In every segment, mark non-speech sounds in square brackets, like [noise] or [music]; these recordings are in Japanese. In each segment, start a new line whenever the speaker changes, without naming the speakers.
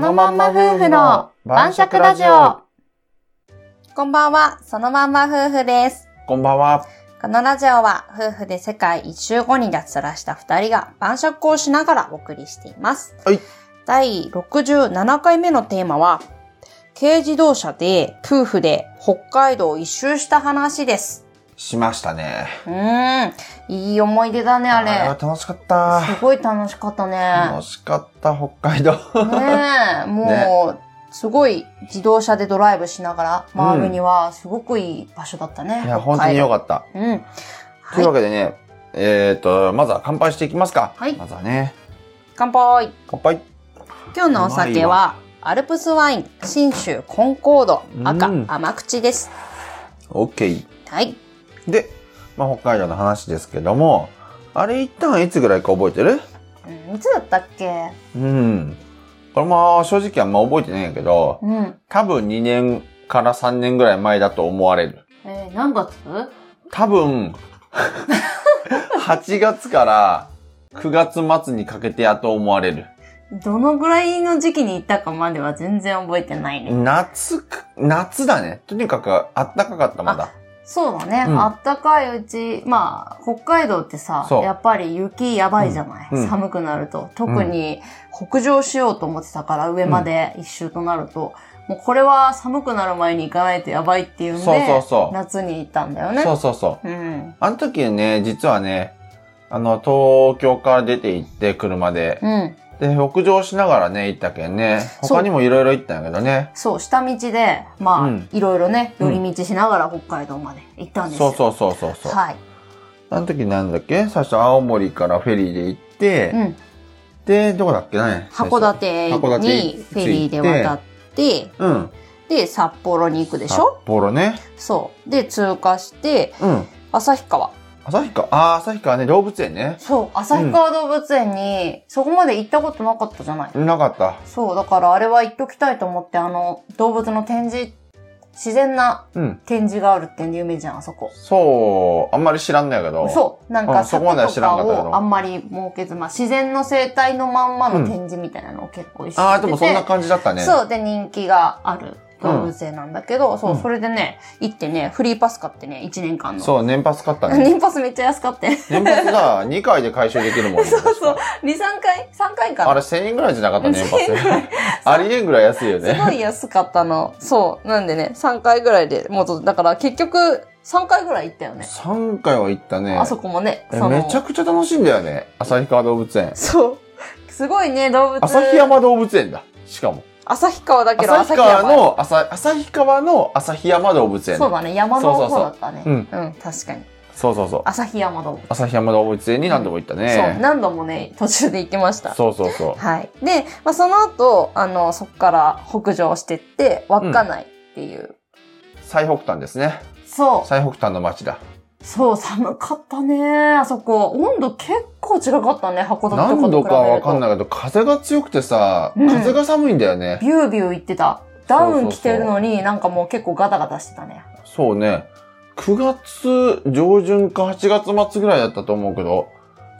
まんま夫婦の晩酌ラジオ。
こんばんは、そのまんま夫婦です。
こんばんは。
このラジオは夫婦で世界一周後に脱サラした二人が晩酌をしながらお送りしています。
はい
第67回目のテーマは、軽自動車で夫婦で北海道一周した話です。
しましたね。
うーん、いい思い出だね、あ
は
れ。
楽しかった。
すごい楽しかったね
楽。しかった、北海道。
ねえ、もう、すごい自動車でドライブしながら回るには、すごくいい場所だったね。
いや、本当に
よ
良かった。
うん。
というわ
はい。
けでね、えっと、まずは乾杯していきますか。
はい
まずはね、
乾杯。
乾杯。
今日のお酒
うまいわ
は、アルプスワイン、新州コンコード、赤、
うん
甘口です。
オッケー。
はい。
で、まあ、北海道の話ですけども、あれ一旦いつぐらいか覚えてる
うんいつだったっけ
うん。これも正直あんま覚えてないんやけど、
うん。
多分2年から3年ぐらい前だと思われる。
えー何月
多分、8月から9月末にかけてやと思われる。
どのぐらいの時期に行ったかまでは全然覚えてないね。
夏か、夏だね。とにかくあったかかったまだ。
そうだね、
うん
あったかいうち、まあ、北海道ってさ、
そう
やっぱり雪やばいじゃない、
うんうん
寒くなると。特に北上しようと思ってたから、上まで一周となると、もうこれは寒くなる前に行かないとやばいっていうんで、
そうそうそう
夏に行ったんだよね。
そうそうそう。
うん。
あの時ね、実はね、あの、東京から出て行って、車で。
うん。
で、北上しながらね、行ったけんね。
そう
他にもいろいろ行ったんやけどね。
そう、下道で、まあ、
うん
いろいろね、
う
寄
ん
り道しながら北海道まで行ったんですよ。
そうそうそうそうそう。
はい。
あの時なんだっけ最初青森からフェリーで行って、
うん。
で、どこだっけね
函。館
函館
にフェリーで渡って、
最初うん。
で、札幌に行くでしょ
札幌ね。
そう。で、通過して、
うん。
旭川。
旭川、ああ、旭川ね、動物園ね。
そう、旭川動物園に、そこまで行ったことなかったじゃない。
なかった。
そう、だからあれは行っときたいと思って、あの、動物の展示、自然な
うん。
展示があるって有名じゃん、あそこ。
そう、あんまり知らんのやけど。
そう、なん
う
か
んそ
柵
こまでは
と
知らん
か
かったけど
をあんまり設けず、まあ自然の生態のまんまの展示みたいなのを結構意識してて、
ああ、でもそんな感じだったね。
そう、で、人気がある動物園なんだけど、そうう、
ん
それでね、行ってね、フリーパス買ってね、1年間の。
そう、年パス買った
[laughs]
ね。
年パスめっちゃ安かったよ
年パスが2回で回収できるもんね。
[laughs] そうそう。2、3回 ?3 回か
あ
な
れ1000円ぐらいじゃなかったね、
1000円ぐらい
パス。ありえんぐらい安いよ
すご
ね。
い安かったの。そう。なんでね、3回ぐらいで、もう、だから結局、3回ぐらい行ったよね。
3回は行ったね。
あそこもね。
え
その
めちゃくちゃ楽しいんだよね。旭川動物園。
そう。すごいね、動物。
旭。山動物園だ。しかも。
旭川だけど、
旭川の、旭旭川の旭山動物園。
そうだね、山の
そうそう
方
そう
だったね。
うん
うん、確かに。
そうそうそう。
旭山動物。
旭山動物園に何度も行った
そう。
ね。
何度もね、途中で行きました。
そうそうそう。
はい。で、まあ、その後、あの、そこから北上してって、稚内っていう。
最北端ですね。
そう。
最北端の町だ。
そう、寒かったね、あそこ。温度結構違かったね、函館とかと比べると。
何度かわかん
い。
ないけど、風が強くてさ、
うん
風が寒いんだよね。
ビュービュー行ってた。ダウン着てるのになんかもう結構ガタガタしてたね。
そうね。9月上旬か8月末ぐらいだったと思うけど、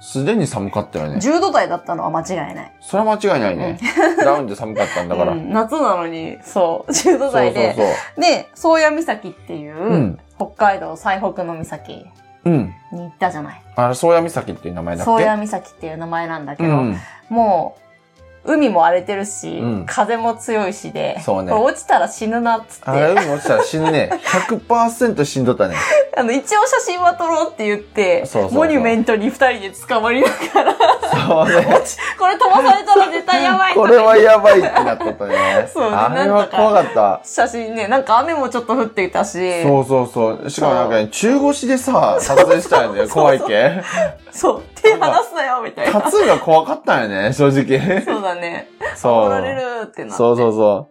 すでに寒かったよね。
10度台だったのは間違いない。
それは間違いないね。ダウンで寒かったんだから。
うん夏なのに、そう、10度 [laughs]
そうそ
台
う
で。
そう。
で、宗谷岬っていう、
うん。
北海道最北の岬に
うん。
行ったじゃない。
あれ、宗谷岬っていう名前だっけ
宗谷岬っていう名前なんだけど、
うん。
もう、海も荒れてるし、
うん
風も強いしで、
そうね
これ落ちたら死ぬなっつって。
あれ、海落ちたら死ぬね。100%死んどったね。
あの、一応写真は撮ろうって言って、
そうそうそう
モニュメントに二人で捕まり [laughs] ながら、
そうね。
これ飛ばされたら絶対やばいと
こ
か
れ
言って
はやばいってなっとったね。
[laughs] そうね
あれは怖かった。
写真ね、なんか雨もちょっと降ってたし、そう
そうそうそう。しかもなんかね、中腰でさ、撮影したんだよ。
[laughs] そう
怖
そう
いけ。
手離すなよ、みたい
タ
な。
トゥーが怖かったよね、正直。
[laughs] そうだね。
そう
煽られるってな。
そうそうそ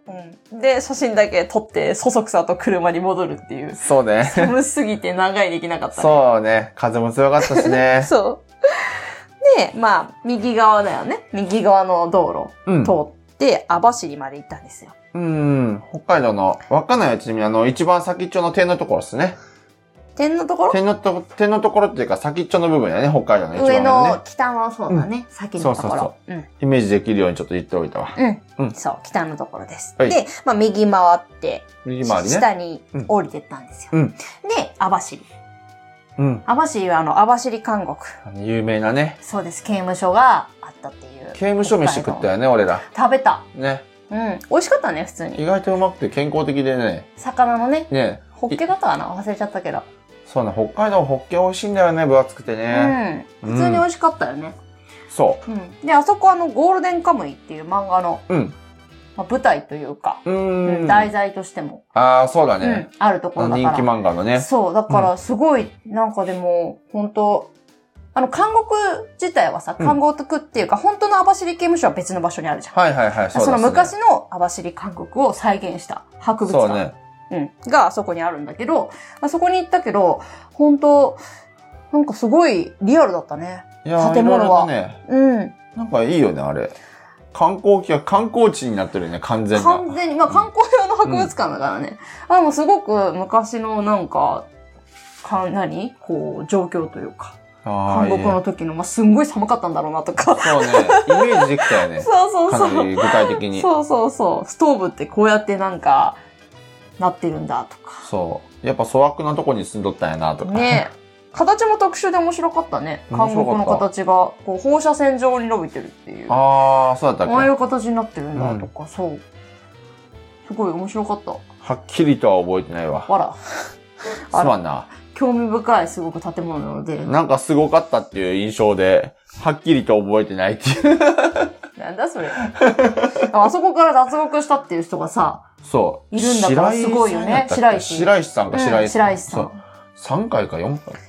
うんで、写真だけ撮って、そそくさと車に戻るっていう
う。。そ
[laughs]
うね。
寒すぎて長いできなかった、ね。
そうね。風も強かった
[laughs]
しね。
そう。で、まあ、右側だよね。右側の道
うん
路。通って、網走まで行ったんですよ。
うん。北海道の、稚内はちなみにあの、一番先っちょの点のところですね。
点のところ
点のと、点のところっていうか先っちょの部分やね、北海道の一番
上
の
の
ね。
北のそうだね、先のところ
そうそう
うん
イメージできるようにちょっと言っておいたわ。
うん、
うん
そう、北のところです。
はい
で、まあ、右回って、
右回りね。
下に
うん
降りてったんですよ。
うん
で、網走。
うん。
網走はあの、網走監獄。
有名なね。
そうです、刑務所があったっていう。
刑務所飯食った
よ。
よね、俺ら。
食べた。
ね。
うん、美味しかったね、普通
意
に。
外とうまくて健康的でね。
魚のね、
ね。
ホッケだったかな忘れちゃったけど。
そうね、北海道ホッケ美味しいんだよね、分厚くてね。
うん。普通に美味しかったよね。
そ
うん。で、あそこあの、ゴールデンカムイっていう漫画の、
う。うん。
まあ、舞台というか、
う
うん
ーん。
題材としても、
ああ、そうだ
う
ね
ん。、あるとこ
あ
ろ
の
だ
人
か
気
ら。
漫画のね。
そう、だからすごい、なんかでも、本当あの、監獄自体はさ、
うん
監獄っていうか、本当の網走刑務所は別の場所にあるじゃん。
はいはいはい、
そ,、
そうだ
の
そうだ
昔の網走監獄を再現した博物
そう
館、
ね。
うん、があそこにあるんだけど、あそこに行ったけど、本当なんかすごいリアルだったね。
いやー
建物は
色々とね、
うん。
なんかいいよね、あれ。観光地が観光地になってるよね、完全な。
完全に、まあ観光用の博物館だからね。あ、もうすごく昔のなんか、か、何こう、状況というか、
あ
韓
ーいい
国の
ね
時の、まあすんごい寒かったんだろうなとか、
そうね。イメージできたよね。
そうそう
か
そ
な
う。
り具体的に。
そうそうそう。ストーブってこうやってなんか、なってるんだとか。
そう。やっぱ粗悪なとこに住んどったんやな、とか。
ねえ。形も特殊で面白かったね。
面
韓
白かった
国の形が、こう放射線状に伸びてるっていう。あ
ああ、そうだった
あい
っけ
う形になってるんだとか、そう。すごい面白かった。
はっきりとは覚えてないわ。
わ
[laughs]
ら。
すまんな。
興味深いすごく建物なので。
なんかすごかったっていう印象で、はっきりと覚えてないっていう。 [laughs]
なんだそれ。あそこから脱獄したっていう人がさ、
そう。
いるんだからすごいよね
白井
白
白石さん
う
か
ん
白石
白石さ
そう。
ん。
3回か4回か。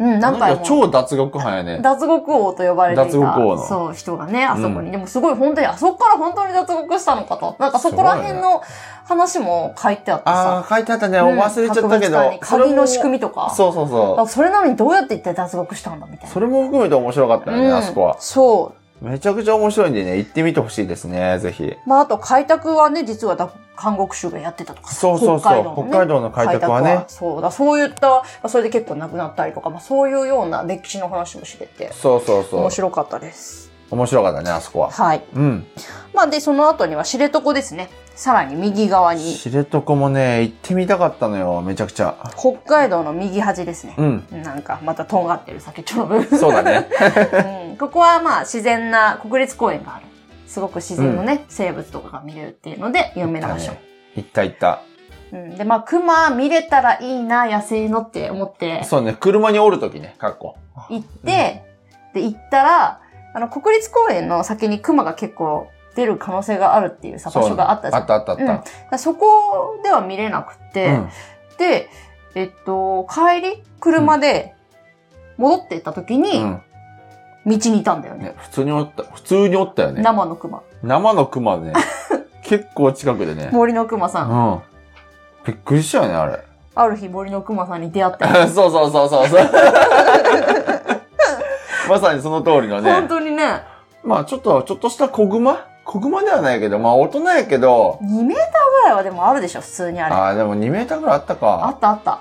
うん、何回
な
も
んか。超脱獄犯やね。
脱獄王と呼ばれていた
脱獄王の
そう人がねあそこに、
うん
でもすごい本当にあそこから本当に脱獄したのかとなんかそこら辺の話も書いてあって
あ
さ、
あ、書いてあったね。
うん
忘れちゃったけ
博物館に
ど。
鍵の仕組
み。
みとか
そうそうそ。
それなのにどうやって一体脱獄したんだみたいうな
それも含めて面白かったよね、
うん
あそこは。
そ
めちゃくちゃ面白いんでね、行ってみてほしいですね、ぜひ。
うまああと開拓はね実はだ韓国州がやってたとかさ
そうそうそう。北
のね
海道の開拓はね。
そうだそういった、まあ、それで結構亡くなったりとか、まあ、そういうような歴史の話も知れて
そうそうそう。
面
面白
白かったです
かったね、あそこは。
はい
うん。
まあでその後には知床ですねさらに右側に
知床もね、行ってみたかったのよ、めちゃくちゃ。
北海道の右端ですね。
うん。
なんか、またとんがってる先っちょの部分。
そうだね。
うんここはまあ自然な国立公園がある。すごく自然のね、生物とかが見れるっていうので有名な場所。
行った行った。
うん、で、まあ熊見れたらいいな、野生のって思って
そうね、車におるときね、かっこ。
行って、で、行ったら、あの国立公園の先に熊が結構出る可能性があるっていうさ、場所があったじゃ
あ
ん。
ったあったあった。
だからそこでは見れなくて、
うん
で、えっと、帰り、車で戻ってった時に、
うん
道にいたんだよね。
ね、普通におった、普通におったよね。
生の熊。
生の
[laughs]
熊ね。結構近くでね。
森の熊さん。
うん。びっくりしたよね、あれ。 [laughs]
ある日森の熊さんに出会って。
そうそうそ
[laughs]
うそうそう。まさにその通り
本
のね。
当にね、
まあちょっと、ちょっとした小熊小熊ではないけど、まあ大人やけど、
2メーターぐらいはでもあるでしょ、普通にあれ。あ
ああ、でも2メーターぐらいあった
あ
か。
ったあった。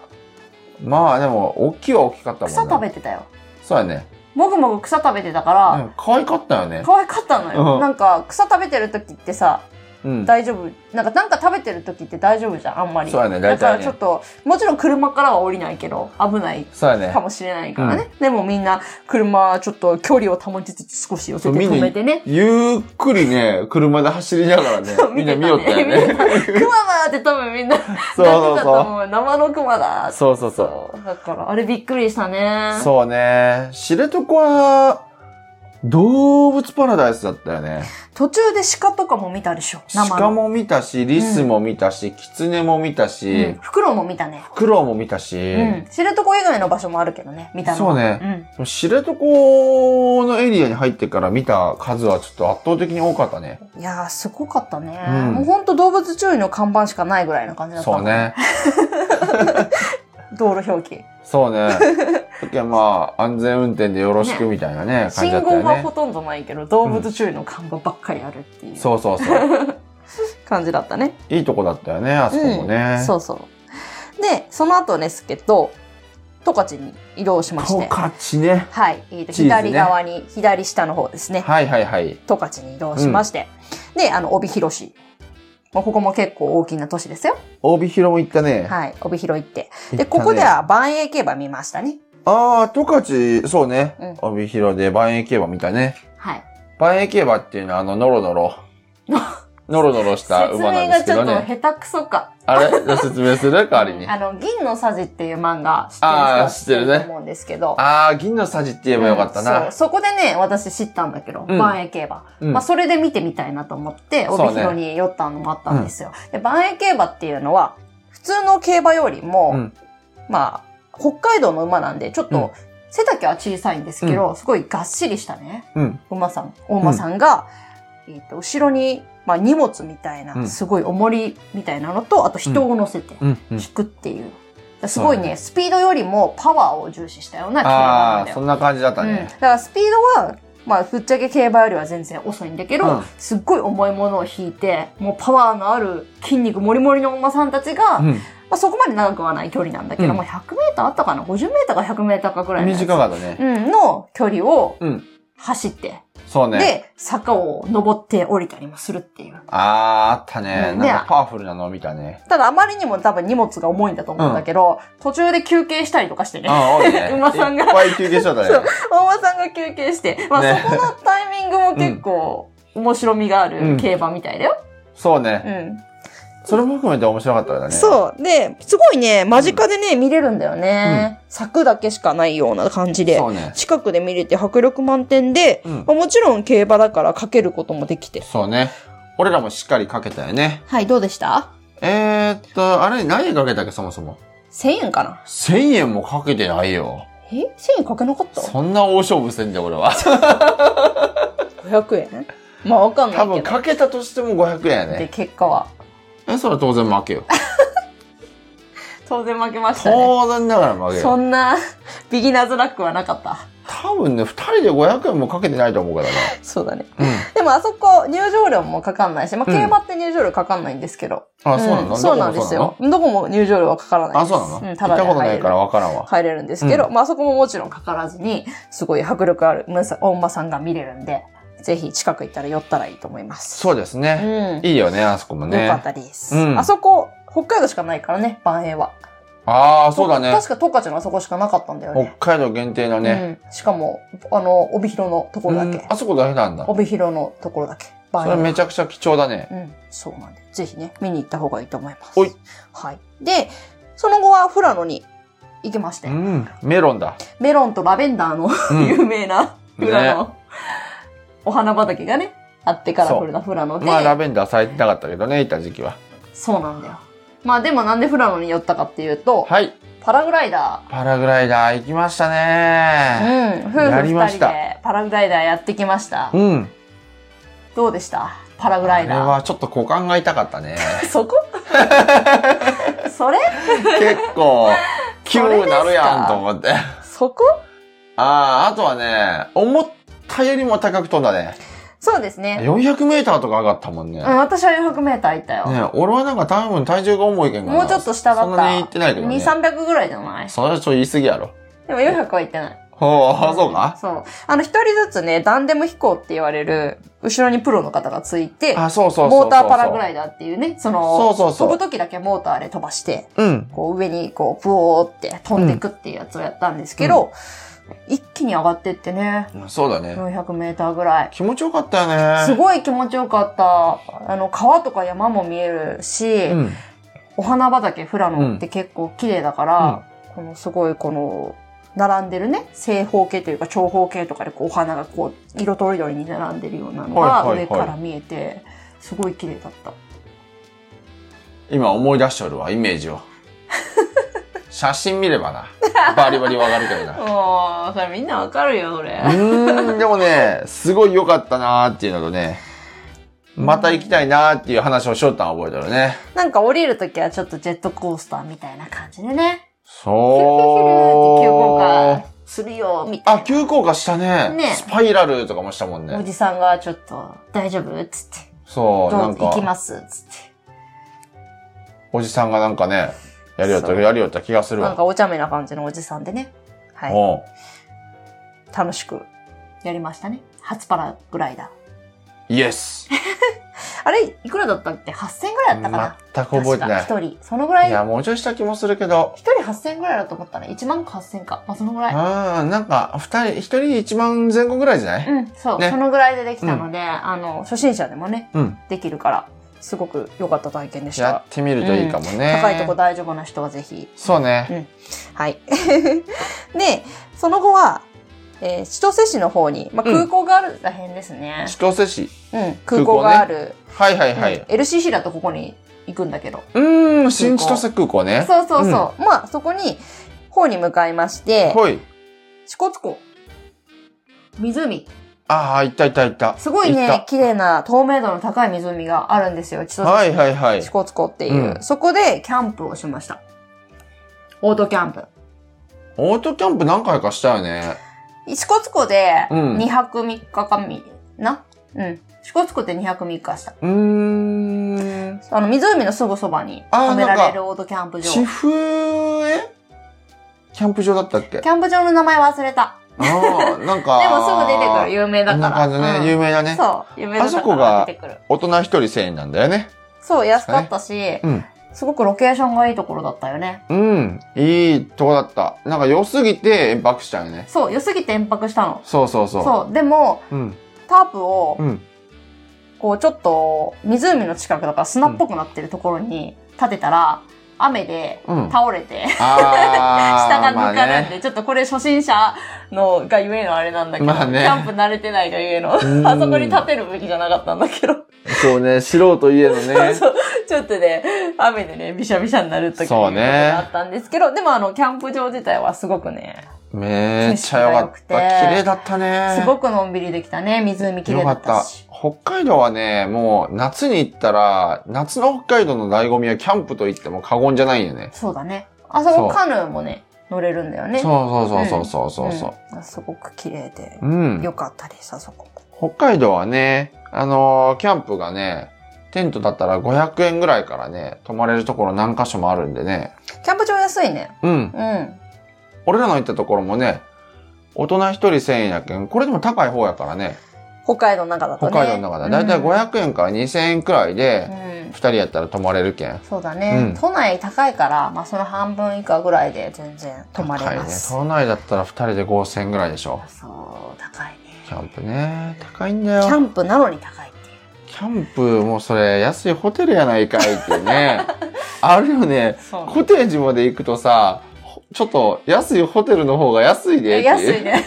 まあでも、大きいは大きかったもん
草食
べ
べてたよ。
そうやね。
もぐもぐ草食べてたか
う
ら、
ん可愛かったよね。
可愛かったのよ。
うん
なんか、草食べてる時ってさ、
うん。
大丈夫。なんか、なんか食べてる時って大丈夫じゃん、あんまり。
そうやね、
だ
大
から
体
ちょっ
ね。
と、もちろん車からは降りないけど、危ない
そうやね
か。もしれないからね。でもみんな、車、ちょっと距離を保ちつつ少し寄せて
そう見に
止めてね。
ゆっくりね、車で走りながらね
そう、
み
見
んな
てたね
見よったよ
見て
ね。
クマだって多分みんな、なって
そうそう
たと
そう。
思う。生のクマだって。
そうそうそう。
う。だから、あれびっくりしたね。
そうね。知床は、動物パラダイスだったよね。
途中で鹿とかも見たでしょ。生の。
鹿も見たし、リスも見たし、キツネも見た
う
し、
ん。フクロウも見たね。
クロウも見たし、
うん。知床以外の場所もあるけどね、見たのは。
そうね
うん。
知床のエリアに入ってから見た数はちょっと圧倒的に多かったね。
いやー、すごかったね。
うん
もうほんと動物注意の看板しかないぐらいの感じだった。
そう。ね。
道路表記。
そうね。だけどまあ、安全運転でよろしくみたいなね、感じ
信
だった
号は
よね
ほ。とんどないけど、動物注意の看板ばっかりあるっていう
そうそう
[laughs]
そう。
感じだったね。
いいとこだったよね、あそこもね。
そうそう。で、その後ですけど、十勝に移動しまし
ト
て、
カチね。
はい、えーと
チーズね
左側に、左下の方ですね、
はいはいはい。
十勝に移動しまして、で、あの、帯広市。まあここも結構大きな都市ですよ。
帯広も行ったね。
はい、帯広行って。
行った
で、
ね
ここで。は万栄競馬見ましたね。
ああ、トカチ、そうね。
うん
帯広で万栄競馬見たね。
はい。
万栄競馬っていうのはあの、ノロ
[laughs]
ノロ。ノロノロした
説
馬な
明
んで
が
す
ち
け
ょ
ど
っと
ね。
下手くそか。
あれじゃあ説明する代わりに。
あの、銀のさじっていう漫画知ってる人
あ
は
ー知ってるね
と思うんですけど。
ああ、銀のさじって言えばよかった
そ
な
う。。そこでね、私知ったんだけど、
うん
万栄競馬。
うん
まあ、それで見てみたいなと思って、
そうね
帯広に寄ったのもあったんですよ。で、万栄競馬っていうのは、普通の競馬よりも、
うん
まあ、北海道の馬なんで、ちょっ
うん
と、背丈は小さいんですけど、すごいがっしりしたね、
うん
馬さん、お馬さんが、えっと、後ろに、まあ、荷物みたいうな、
ん
すごい重りみたいなのと、あと人を乗せて、
うんうん。
引くっていう。すごい
そうだ
ね、スピードよりもパワーを重視したような競馬な
あ
んだ
あ、
よ。
そんな感じだった
うん、
ね
だ。からスピードは、まあ、ぶっちゃけ競馬よりは全然遅いんだけど、
うん
すっごい重いものを引いて、もうパワーのある筋肉もりもりのお馬さんたちが、ま
うん。
あ、そこまで長くはない距離なんだけど、
うん
もう100メーターあったかな ?50 メーターか100メーターかぐらいのやつ
短かったね。
うん、の距離を
うん。
走って、
そうね。
で、坂を登って降りたりもするっていう。
あーあったね。
うん
なんか
で
パワフルなの見たね。
ただあまりにも多分荷物が重いんだと思うんだけど、途中で休憩したりとかしてね。。
ああ、多いね
[laughs] 馬さんが
いっぱい休憩しちゃった
そう
ね。
大間さんが休憩して、まあ、
ね
そこのタイミングも結構面白みがあ
う
る
ん
競馬みたいだよ。
そうね
う。ん。
それも含めて面白かったからね。う。
そう。で、すごいね、間近でね、見れるんだよね。柵だけしかないような感じで
そ。うね。
近くで見れて迫力満点で、
うん
まあもちろん競馬だからかけることもできて。
そうね。俺らもしっかりかけたよね。
はい、どうでした
えー、っと、あれ何円かけたっけそもそも。
?1000 円かな
1000円もかけてないよ。
え ?1000 円かけなかった
そんな大勝負せんじゃ俺は。
?500 円まあわかんな
多
いけど。
分かけたとしても500円や
で、
ね。
結果は。
え、それは当然負けよ。
当然負けましたね。
当然ながら負け
そ
よ。
んな、ビギナーズラックはなかった。
多分ね、2人で500円もかけてないと思うからな。
そうだね。
うん。
でもあそこ入場料もかかんないし、まあ、
うん
競馬って入場料かかんないんですけど。
あ、そうなの、
んそうなんですよ。どこも入場料はかからない
あ、
です。
そうなの、
ん、た
行っ
だ
た
で
ことな
入れ
いから
る。
わからんわ。
入れるんですけど、
う
まあそこももちろんかからずに、すごい迫力あるむさお馬さんが見れるんで、ぜひ近く行ったら寄ったらいいと思います。
そうです
う
ね。
ん。
いいよね、あそこも
よかっ
ね。
たです。
うん
あそこ、北海道しかないからね、万栄は。
ああ、そうだね
確。か十勝のあそこしかなかったんだよ
北
ね。
海道限定のね。
うん。しかも、あの、帯広のところだ
う
け
ん。あそこだけなんだ。
帯広のところだけ。
そ
万栄
れ
は
めちゃくちゃ貴重だね。
うん、そうなんで、ぜひね、見に行った方がいいと思います。
ほい
はい。で、その後は富良野に行きまして
う、ん、メロンだ。
メロンとラベンダーの
うん、
有名な富良野、お花畑がね、あってカラフルな富良野で、
まあ、ラベンダー咲いてなかったけどね、いた時期は。
そうなんだよ。まあでもなんで富良野に寄ったかっていうと、
はい、
パラグライダー、
パラグライダー行きましたね。
うん、夫婦
やりま
二
し
人
た
でパラグライダーやってきました。
うん。
どうでしたパラグライ
あれ
ダ
はちょっと股間が痛かったね。
ー。
[laughs]
そこそれ
結構、キューなるやんと思って。
そこ
ああ、あとはね、思ったよりも高く飛んだね。
そうですね。
400メーターとか上がったもんね。
うん、私は 400m 行ったよ。
ね俺はなんか多分体重が重いけんかな
もうちょっと下だった。
そんなに行ってないけどね。
2、300ぐらいじゃない
それはちょっと言い過ぎやろ。
でも400は行ってない。
ほう、あそうか
そう。あの、一人ずつね、ダンデム飛行って言われる、後ろにプロの方がついて、
あ、そうそうそうそう。
モーターパラグラ
イ
イダーっていうね、その、
そうそうそう
飛ぶ時だけモーターで飛ばして、
ダー。うん。
こう上にこう、ブオーって飛んでくっていうやつをやったんですけど、一気に上がってってね、
そうだね。
400メーターぐらい。
気持ちよかったよね。
すごい気持ちよかった。あの、川とか山も見えるし、
うん。
お花畑富良野って結構綺麗だから、このすごいこの並んでるね正方形というか長方形とかでこうお花がこう色とりどりに並んでるようなの
はい
が
はいはい
上から見えてすごい綺麗だった。
今思い出しておるわ、イメー
[laughs]
ジを。写真見ればな。バリバリわかるけどな。
ああ、それみんなわかるよ、それ
うーん、でもね、すごい良かったなーっていうのとね、また行きたいなーっていう話をしよったん覚えてるね。
なんか降りるときはちょっとジェットコースターみたいな感じでね、ヒュルヒュルヒュルって急降
そう
下。するよ、みたい
あ、
な。
急降下したね。
ね
スパイラルとかもしたもん
お
ね。
じさんがちょっと大丈夫つって。
そう、
ど
な
うん行き
か、
ますつって。
おじさんがなんかね、やりよった、
そう
やりよった気がする
なん
わ。
かお茶目な感じのおじさんでね。はい。
おう
楽しくやりましたね。初パラグライダー。
イエス
あれ、いくらだったっけ ?8000 ぐらいだったかな
全く覚えてない。
確か一人。そのぐら
い
い、
や、もうちょいした気もするけど。
一人8000ぐらいだと思ったね。1万か8000か。まあ、そのぐらい。
ああ、なんか、二人、一人一万前後ぐらいじゃない、
うん、そう、
ね
そのぐらいでできたので、あの、初心者でもね、
うん
できるから、すごく良かった体験でし
や
た。
ってみるといいかもね。
高いとこ大丈夫な人はぜひ。
そうね。
はい。 [laughs] で、その後は、えー千歳市の方に、まあ、
うん
空港があるらへんですね。
千歳市。
うん、空港がある。
はいはいはい。
うん LCC だとここに行くんだけど。
うーん、新千歳空港ね。
そうそうそう。まあ、そこに、方に向かいまして、
ほい。
支笏湖。湖。
ああ、いったいったいった。
すごい
行っ
ね
た、
綺麗な透明度の高い湖があるんですよ、千歳市に。
はいはいはい
支。笏湖っていう、
うん
そこでキャンプをしました。オートキャンプ。
オートキャンプ何回かしたよね。
支笏湖で
うん
2泊3日かみ、なうん。支笏湖で2泊3日した。
うーん。
あの、湖のすぐそばに
あー
止めら
なん
れ
か
るオートキャンプ場。
地
キ
風キャンプ場だったっけあ
ャンプ場の名前忘れた。
あー、なんか。
でもすぐ出てくる、
よ。
有名だ
こん
か
な
ら。
感じね、
うん
有名だね。
そう、有名だ
あそ
か
こが
ら出てくる。
大人一人1000円なんだよね。
そう、安かったし、
うん。
すごくロケーションがいいところだったよね。
うん。いいとこだった。なんか良すぎて延泊しちゃうよね。
そう、良すぎて延泊したの。
そうそうそう。
そう、でも、
う。ん。
タープを
うん。
こうちょっと湖の近くだから砂っぽくなってるところに立てたら、雨で
うん。
倒れて、
あ
下が
まあ
抜かるんで、
ね
ちょっとこれ初心者のがゆえのあれなんだけど、
まあね
キャンプ慣れてないがゆえの、あ
ん
そこに立てるべきじゃなかったんだけど、
そうね、素人家のね。
そうちょっとね、雨でね、びしゃびしゃになる時いう
そう
こと
ね
があったんですけど、でもあの、キャンプ場自体はすごくね、
めっちゃ良かった。
景色
綺
が良くて
麗だったね。
すごくのんびりできたね、湖綺麗だったし。
北海道はね、もう夏に行ったら、夏の北海道の醍醐味はキャンプと言っても過言じゃないよね。
そうだね。あそこ
そう
カヌーもね、乗れるんだよね。
そうそうそうそうそうそう。
うんすごく綺麗で
う、ん、
良かったです、あそこ。
北海道はね、あのーキャンプがね、テントだったら500円ぐらいからね、泊まれるところ何箇所もあるんでね。
キャンプ場安いね。
うん。
うん。
俺らの行ったところもね、大人一人1000円やけん、これでも高い方やからね。
北海道の中だと
北
ね。
海道の中で。だいたい500円から2000円くらいで、
円。うん
二。人やったら泊まれるけん。
そうだね、
うん
都内高いから、まあその半分以下ぐらいで全然泊まれ
高いね
ま。す。
都内だったら二人で5000円ぐらいでしょ。
そう、高いね。
キャンプね、高いんだ
キャ
よ。
ンプなのに高いっていう。
キャンプ、もうそれ安いホテルやないかいってね。 [laughs] あるよね。
そ
コテージまで行くとさ、ほちょっと安いホテルの方が安いでって
安
いう。
いね。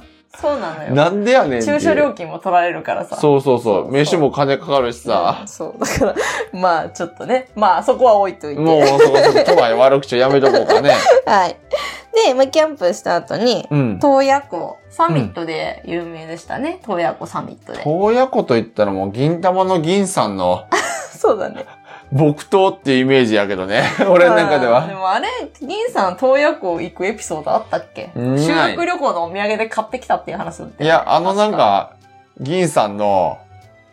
[laughs] そうなのよ。
なんでやねんっていう。
駐車料金も取られるからさ。
そうそうそ。
そうう
飯も金かかるし
う
さ
ん。そう。だから、まあちょっとね。まあそこは置いといて。
もう、そこそこ、都内悪口はやめとこう
[laughs]
かね。
はい。で、まあ、キャンプした後に、
うん。
洞爺湖サミットで有名でしたね。洞爺湖サミットで。
洞爺湖と言ったらもう銀玉の銀さんの
そうだね。
木刀っていうイメージやけどね。 [laughs] 俺の中で
あーで
は。
もあれ、銀さん洞爺湖行くエピソードあったっけ
ない
修学旅行のお土産で買ってきたっていう話だって。
いや、あのなんか、銀さんの、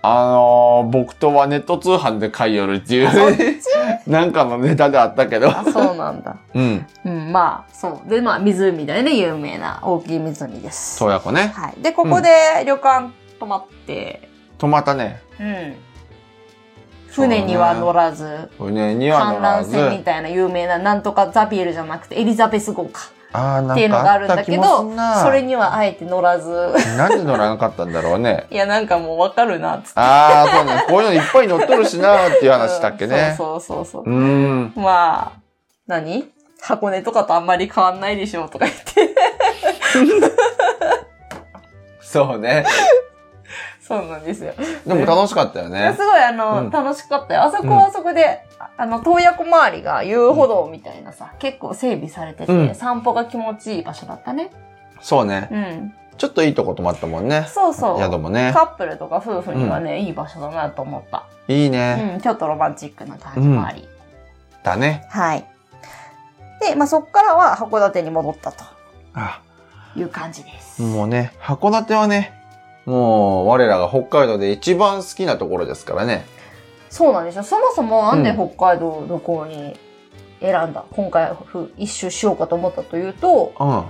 あのー、木刀はネット通販で買い寄るってい
確か。あそっ
う、
ち
なんかのネタであったけど。
あ、そうなんだ。
うん。
うん、まあ、そう。で、まあ、湖だよね、有名な大きい湖です。
洞爺湖ね。
はい。で、ここで旅館泊まって、
止まったね。
うん。船には乗らず、
船には乗
観
ら
覧
ず。
船みたいな有名な、なんとかザビエルじゃなくてエリザベス号か。
ああ、な
っていうんのが
か
あ
あ
る
っ
んだ
た気
け
もす
ど
んな。
それにはあえて乗らず。
なんで乗らなかったんだろうね。
いや、なんかもうわかるな、つって。
ああ、そうね。こういうのいっぱい乗っとるしなーっていう話だっけね。
うん [laughs] そうそうそう
う
そ
ーん。
う。まあ、何箱根とかとあんまり変わんないでしょ、とか言って。 [laughs]
そうね。
そうなんですよ。
でも楽しかったよ
いや [laughs]
ね
す。ごい、あ
うん
の、楽しかったよ。あそこはあそこで、あの、洞爺湖周りが遊歩道みたいなさ、結構整備されて
うん
て、散歩が気持ちいい場所だったね。
そうね。
うん。
ちょっといいとこ泊まったもんね。
そうそう。
宿もね。
カップルとか夫婦にはね、いい場所だなと思った。
いいね。
うん、ちょっとロマンチックな感じもあり。
だね。
はい。で、まあ、そこからは函館に戻ったと
あ、
いう感じです。
もうね、函館はね、もう我らが北海道で一番好きなところですからね。
そうなんですよ。そもそもなんで北海道旅行に選んだ、今回一周しようかと思ったというと、
うん。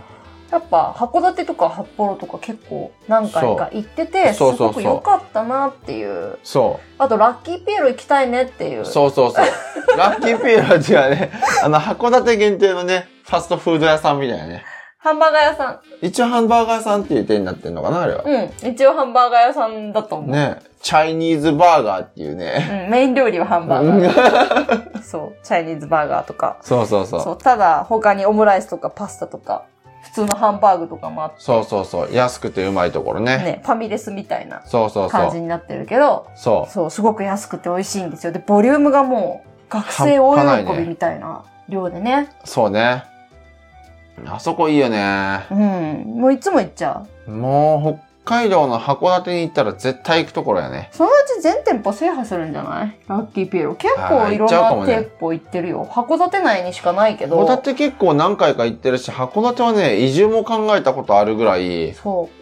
やっぱ函館とか札幌とか結構何回か行ってて、す
そうそ
ご
うそうそ
く
う
良かったなっていう。
そ。
あとラッキーピエロ行きたいねっていうう。
そうそ
[laughs]
うそう。ラッキーピエロっていうのはね、あの、函館限定のね、ファストフード屋さんみたいなね。
ハンバーガー屋さん。
一応ハンバーガーさんっていう点になってんのかな、あれは。
うん。一応ハンバーガー屋さんだと思う。
ね。チャイニーズバーガーっていうね。
うん、メイン料理はハンバーガー。そう。チャイニーズバーガーとか。
[laughs] そうそうそう。
そう。ただ、他にオムライスとかパスタとか、普通のハンバーグとかもあっ
そうそうそう。安くてうまいところね。
て、ね、ファミレスみたいな
そうそうそ
感じ
う。
になってるけど、
そ
そう、すごく安くて美味しいんですよ。で、ボリュームがもう、学生
半
大
端ない
喜
ね
びみたいな量でね。
う。そうね。あそこいいよね。
うん。もういつも行っちゃう。
もう、北海道の函館に行ったら絶対行くところやね。
そのうち全店舗制覇するんじゃないラッキーピエロ。結
あ
構
ー
いろん
行っちゃうかも
な
ね
店舗行ってるよ。函館内にしかないけ
函
ど。
館結構何回か行ってるし、函館はね、移住も考えたことあるぐらい、
そう。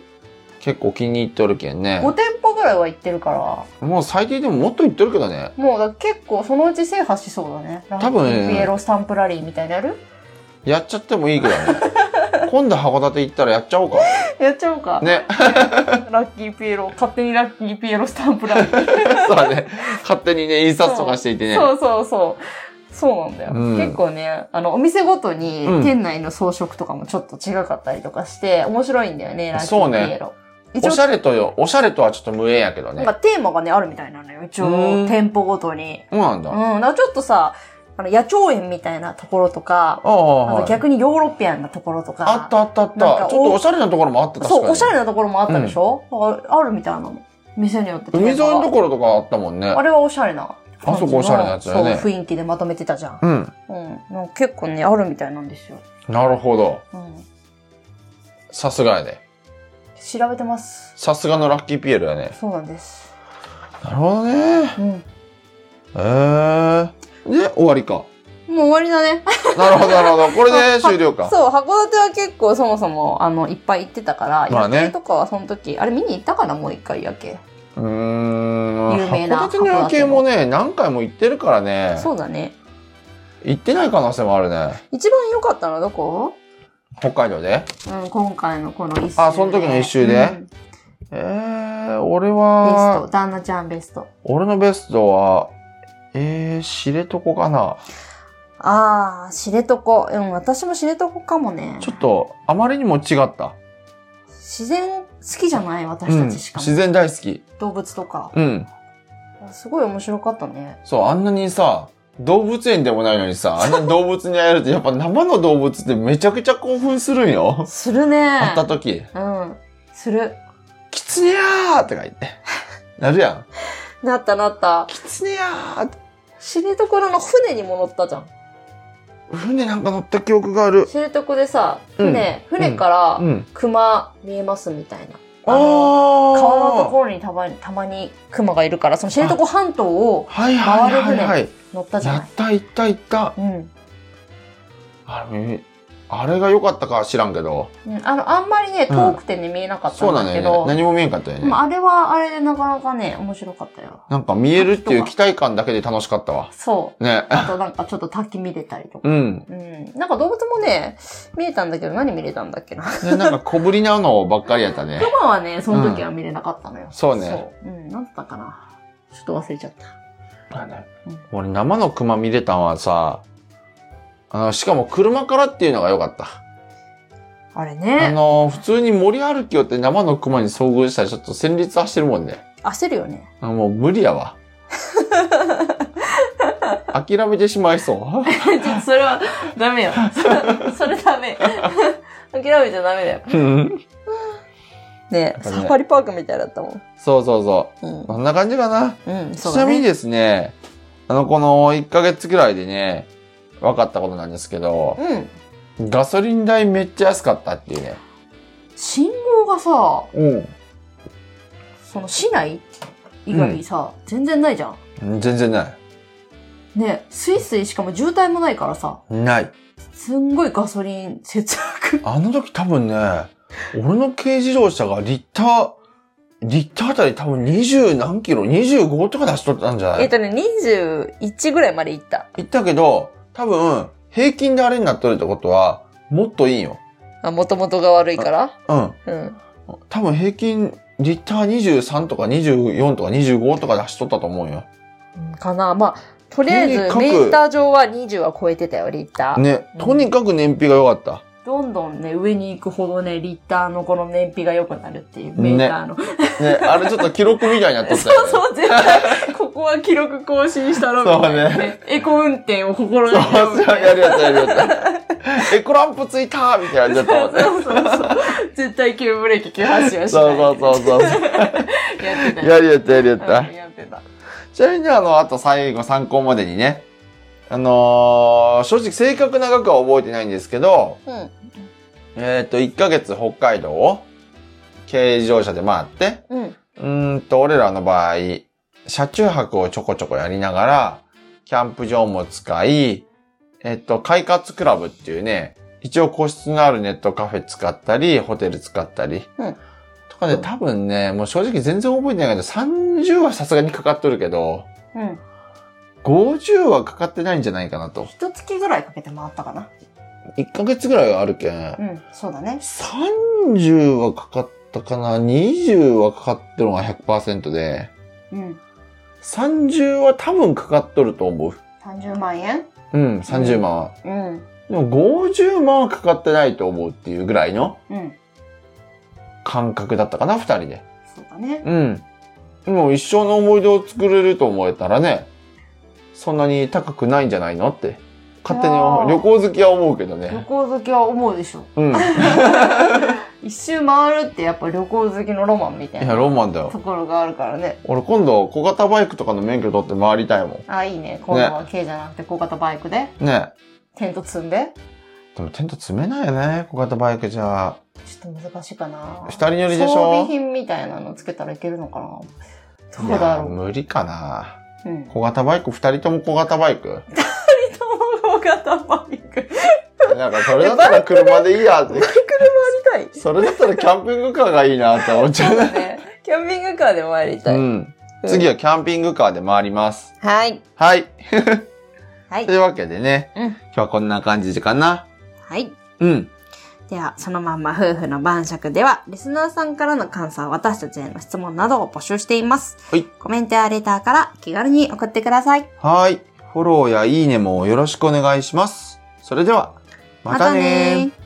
結構気に入っておるけんね
5。店舗ぐらいは行ってるから。
もう最低でももっと行ってるけどね。
もうだから結構そのうち制覇しそうだね。ラッ
多
キ
分
ーピエロスタンプラリーみたいになる [laughs]
やっちゃってもいいけどね。今度函館行ったらやっちゃおうか。
やっちゃおうか。
ね。 [laughs]
ラッキーピエロ。勝手にラッキーピエロスタンプラリー。
そうだね。勝手にね、印刷とかしていてね。
そうそうそう。そうなんだよ。
うん
結構ね、あの、お店ごとに
うん
店内の装飾とかもちょっと違かったりとかして、面白いんだよね、ラッキ
そうね
ーピエロ。一
お
応
し、ゃれとよ、おしゃれとはちょっと無縁やけど
なん
ね
か。テーマがね、あるみたいなのよ。一
うん
応、店舗ごとに。
そうなんだ。
うん。
あ
だからちょっとさ、あの、野鳥園みたいなところとか、
あ、
あ
は
と
い
逆にヨーロピアンなところとか。
あったあったあっ
なんか
た。
お
ちょっとおしゃれなところもあった確かに。
そう、おしゃれなところもあったでしょ、だからあるみたいなの。店によってテーマ
海
が。
沿いのところとかあったもんね
あ。れはおしゃれな感じの。
あそこおしゃれなやつだよね
そう、雰囲気でまとめてたじゃん。
うん。
うん。なんか結構ね、あるみたいなんですよ。
なるほど。
うん。
さすがやね。
調べてます。
さすがのラッキーピエロやね。
そうなんです。
なるほどね。
うん。
えー。で、終わりか。
もう終わりだね。
なるほど、なるほ [laughs] ど。これで
あ
終了か。
そう、函館は結構そもそも、あの、いっぱい行ってたから、
まあね
夜景とかはその時、あれ見に行ったかなもう一回夜景。
うーん。
有名な
函館の夜景もね、何回も行ってるからね。
そうだね。
行ってない可能性もあるね。
一番良かったのはどこ
北海道で。
うん、今回のこの一周で。
あその時の一周で
うんベ
えー、俺
スト。
は、
旦那ちゃんベスト。
俺のベストは、えー、知床かな。
あー、知床。うん、私も知床かもね。
ちょっと、あまりにも違った。
自然好きじゃない私
うん、
たちしかも。
自然大好き。
動物とか。
うん。
すごい面白かったね。
そう、あんなにさ、動物園でもないのにさ、あんなに動物に会えると、やっぱ生の動物ってめちゃくちゃ興奮するんよ。
するね。
会った時、
うん。する。
キツネやーって書いて。なるやん。
なったなった。
キツネやーって。
知床の船にも乗ったじゃん。
船なんか乗った記憶がある。
知床でさ、
うん
船、船か
う
ら
ん。
熊見えますみたいな。
あ
あの
ー。
川のところにたまに、たまに熊がいるから、その知床半島を
はいはいはいは
回
い。
乗ったじゃ
や
ない
った行った行った。
うん。
あれ、あれが良かったかは知らんけど。
うんあの、あんまりね、
うん
遠くてね、見えなかった
そうんなん
だ
だ
け
よ
ど、
ね。何も見えんかったよ
でも
ね。
あれはあれでなかなかね、面白かったよ。
なんか見えるっていう期待感だけで楽しかったわ。
[laughs] そう。
ね。
あとなんかちょっと滝見れたりとか。
うん。
うん。なんか動物もね、見れたんだけど、何見れたんだっけな。
でなんか小ぶりなのばっかりやったね。
熊はね、その時は見れなかったのよ。
そうね
そう。うん、なんだったかな。ちょっと忘れちゃった。うん
俺生の熊見れたんはさ、あの、しかも車からっていうのが良かった。
あれ
あ
ね、
の、普通に森歩きよって生の熊に遭遇したらちょっと戦慄はしてるもんね。
焦るよね。
あもう無理やわ。諦めてしまいそう。
[laughs] ちょっとそれはダ [laughs] メよ。そそれダメ。諦めちゃダメだ [laughs] よ。
うん
ね
なんかね
サファリパークみたいだったもん。
そうそうそうう。こんな感じかな。
ん。うん、そう
ちな
だ
みに
ね。
ですね、あの、この1ヶ月ぐらいでね、分かったことなんですけど、
うん。
ガソリン代めっちゃ安かったっていうね。
信号がさ、
う
その市内以外にさ、全然ないじゃん。
ん。全然ない。
ね、スイスイしかも渋滞もないからさ、
ない。
すんごいガソリン節約。
あの時多分ね、俺の軽自動車がリッター、リッターあたり多分20何キロ ?25 とか出しとったんじゃな
えっ
い
とね、21ぐらいまで行った。
行ったけど、多分、平均であれになっとるってことは、もっといいよ。
あ、もともとが悪いから
うん。
うん。
多分平均、リッター23とか24とか25とかで走っとったと思うよ。
かな。まあ、とりあえず
とにか、く
メーター上は20は超えてたよ、リッター。
ね、とにかく燃費が良かった。
どんどんね、上に行くほどね、リッターのこの燃費が良くなるっていう、
ね
メーターの。
ね、あれちょっと記録みたいになっとった
[laughs]
よ、
そうそ
ね。
う、絶対、ここは記録更新したろ、みたいな、
そう
ね。エコ運転を心がけよ
そう
み
うそう
たい
や
な。
るやつやるやつ。エコランプついたみたいなやつや
そ
っ
う [laughs]
たもんね。
そうそうそう。絶対急ブレーキ、急発進はしない。
そうそうそうそう。
やってたよ
やるやつやるやつや
うんやってた。
ちなみにあの、あと最後参考までにね、あのー正直正確な額は覚えてないんですけど、
うん。
えっ、と、1ヶ月北海道を軽自動車で回って、
うん。
うーんと、俺らの場合、車中泊をちょこちょこやりながら、キャンプ場も使い、えっと、快活クラブっていうね、一応個室のあるネットカフェ使ったり、ホテル使ったり。
うん
とかね、多分ね、もう正直全然覚えてないけど、30はさすがにかかっとるけど、
うん。
50はかかってないんじゃないかなと。
一月ぐらいかけて回ったかな。
1ヶ月ぐらいはあるけん。
うん、そうだね。
30はかかったかな ?20 はかかってるのが100%で、
うん。
30は多分かかっとると思う。
30万円
うん、30万は。
うん。
でも50万はかかってないと思うっていうぐらいの
うん。
感覚だったかな、二人で。
そうだね。
うん。もう一生の思い出を作れると思えたらね、そんなに高くないんじゃないのって。勝手に思う
いやー
旅行好きは思うけど
旅
ね。
行好きは思うでしょ。
うん。い
一周回るってやっぱ旅行好きのロマンみたい
や、
な
ロマンだよ
と。ころがあるからね。
俺今度小型バイクとかの免許取って回りたいも
あ、いいね。今度は軽じゃなくて小型バイクで、
ん。ね
テント積んで。
でもテント積めないよね、小型バイクじゃ。
ちょっと難しいかな。
二人乗りでしょ
装備品みたいなのつけたらいけるのかな。どうだ
いや
ろ
無理かな。
う。うん。
小型バイク、二人とも小型バイ [laughs] ク。
二人とも小型バ [laughs] イク。
なんかそれだったら車でいいやって。
回り
それだったらキャンピングカーがいいなって思っちゃ
た
う。
い。ね。キャンピングカーで回りた
[laughs] う
い。
ん。次はキャンピングカーで回ります。
はい。
はい。
はい
とい。うわけでね、
うん
今日はこんな感じかな。
はい。
うん。
では、そのまんま夫婦の晩酌では、リスナーさんからの感想、私たちへの質問などを募集しています。
はい
コメントやレターから気軽に送ってください。
はい。フォローやいいねもよろしくお願いします。それでは、ま
ま
たね
たねー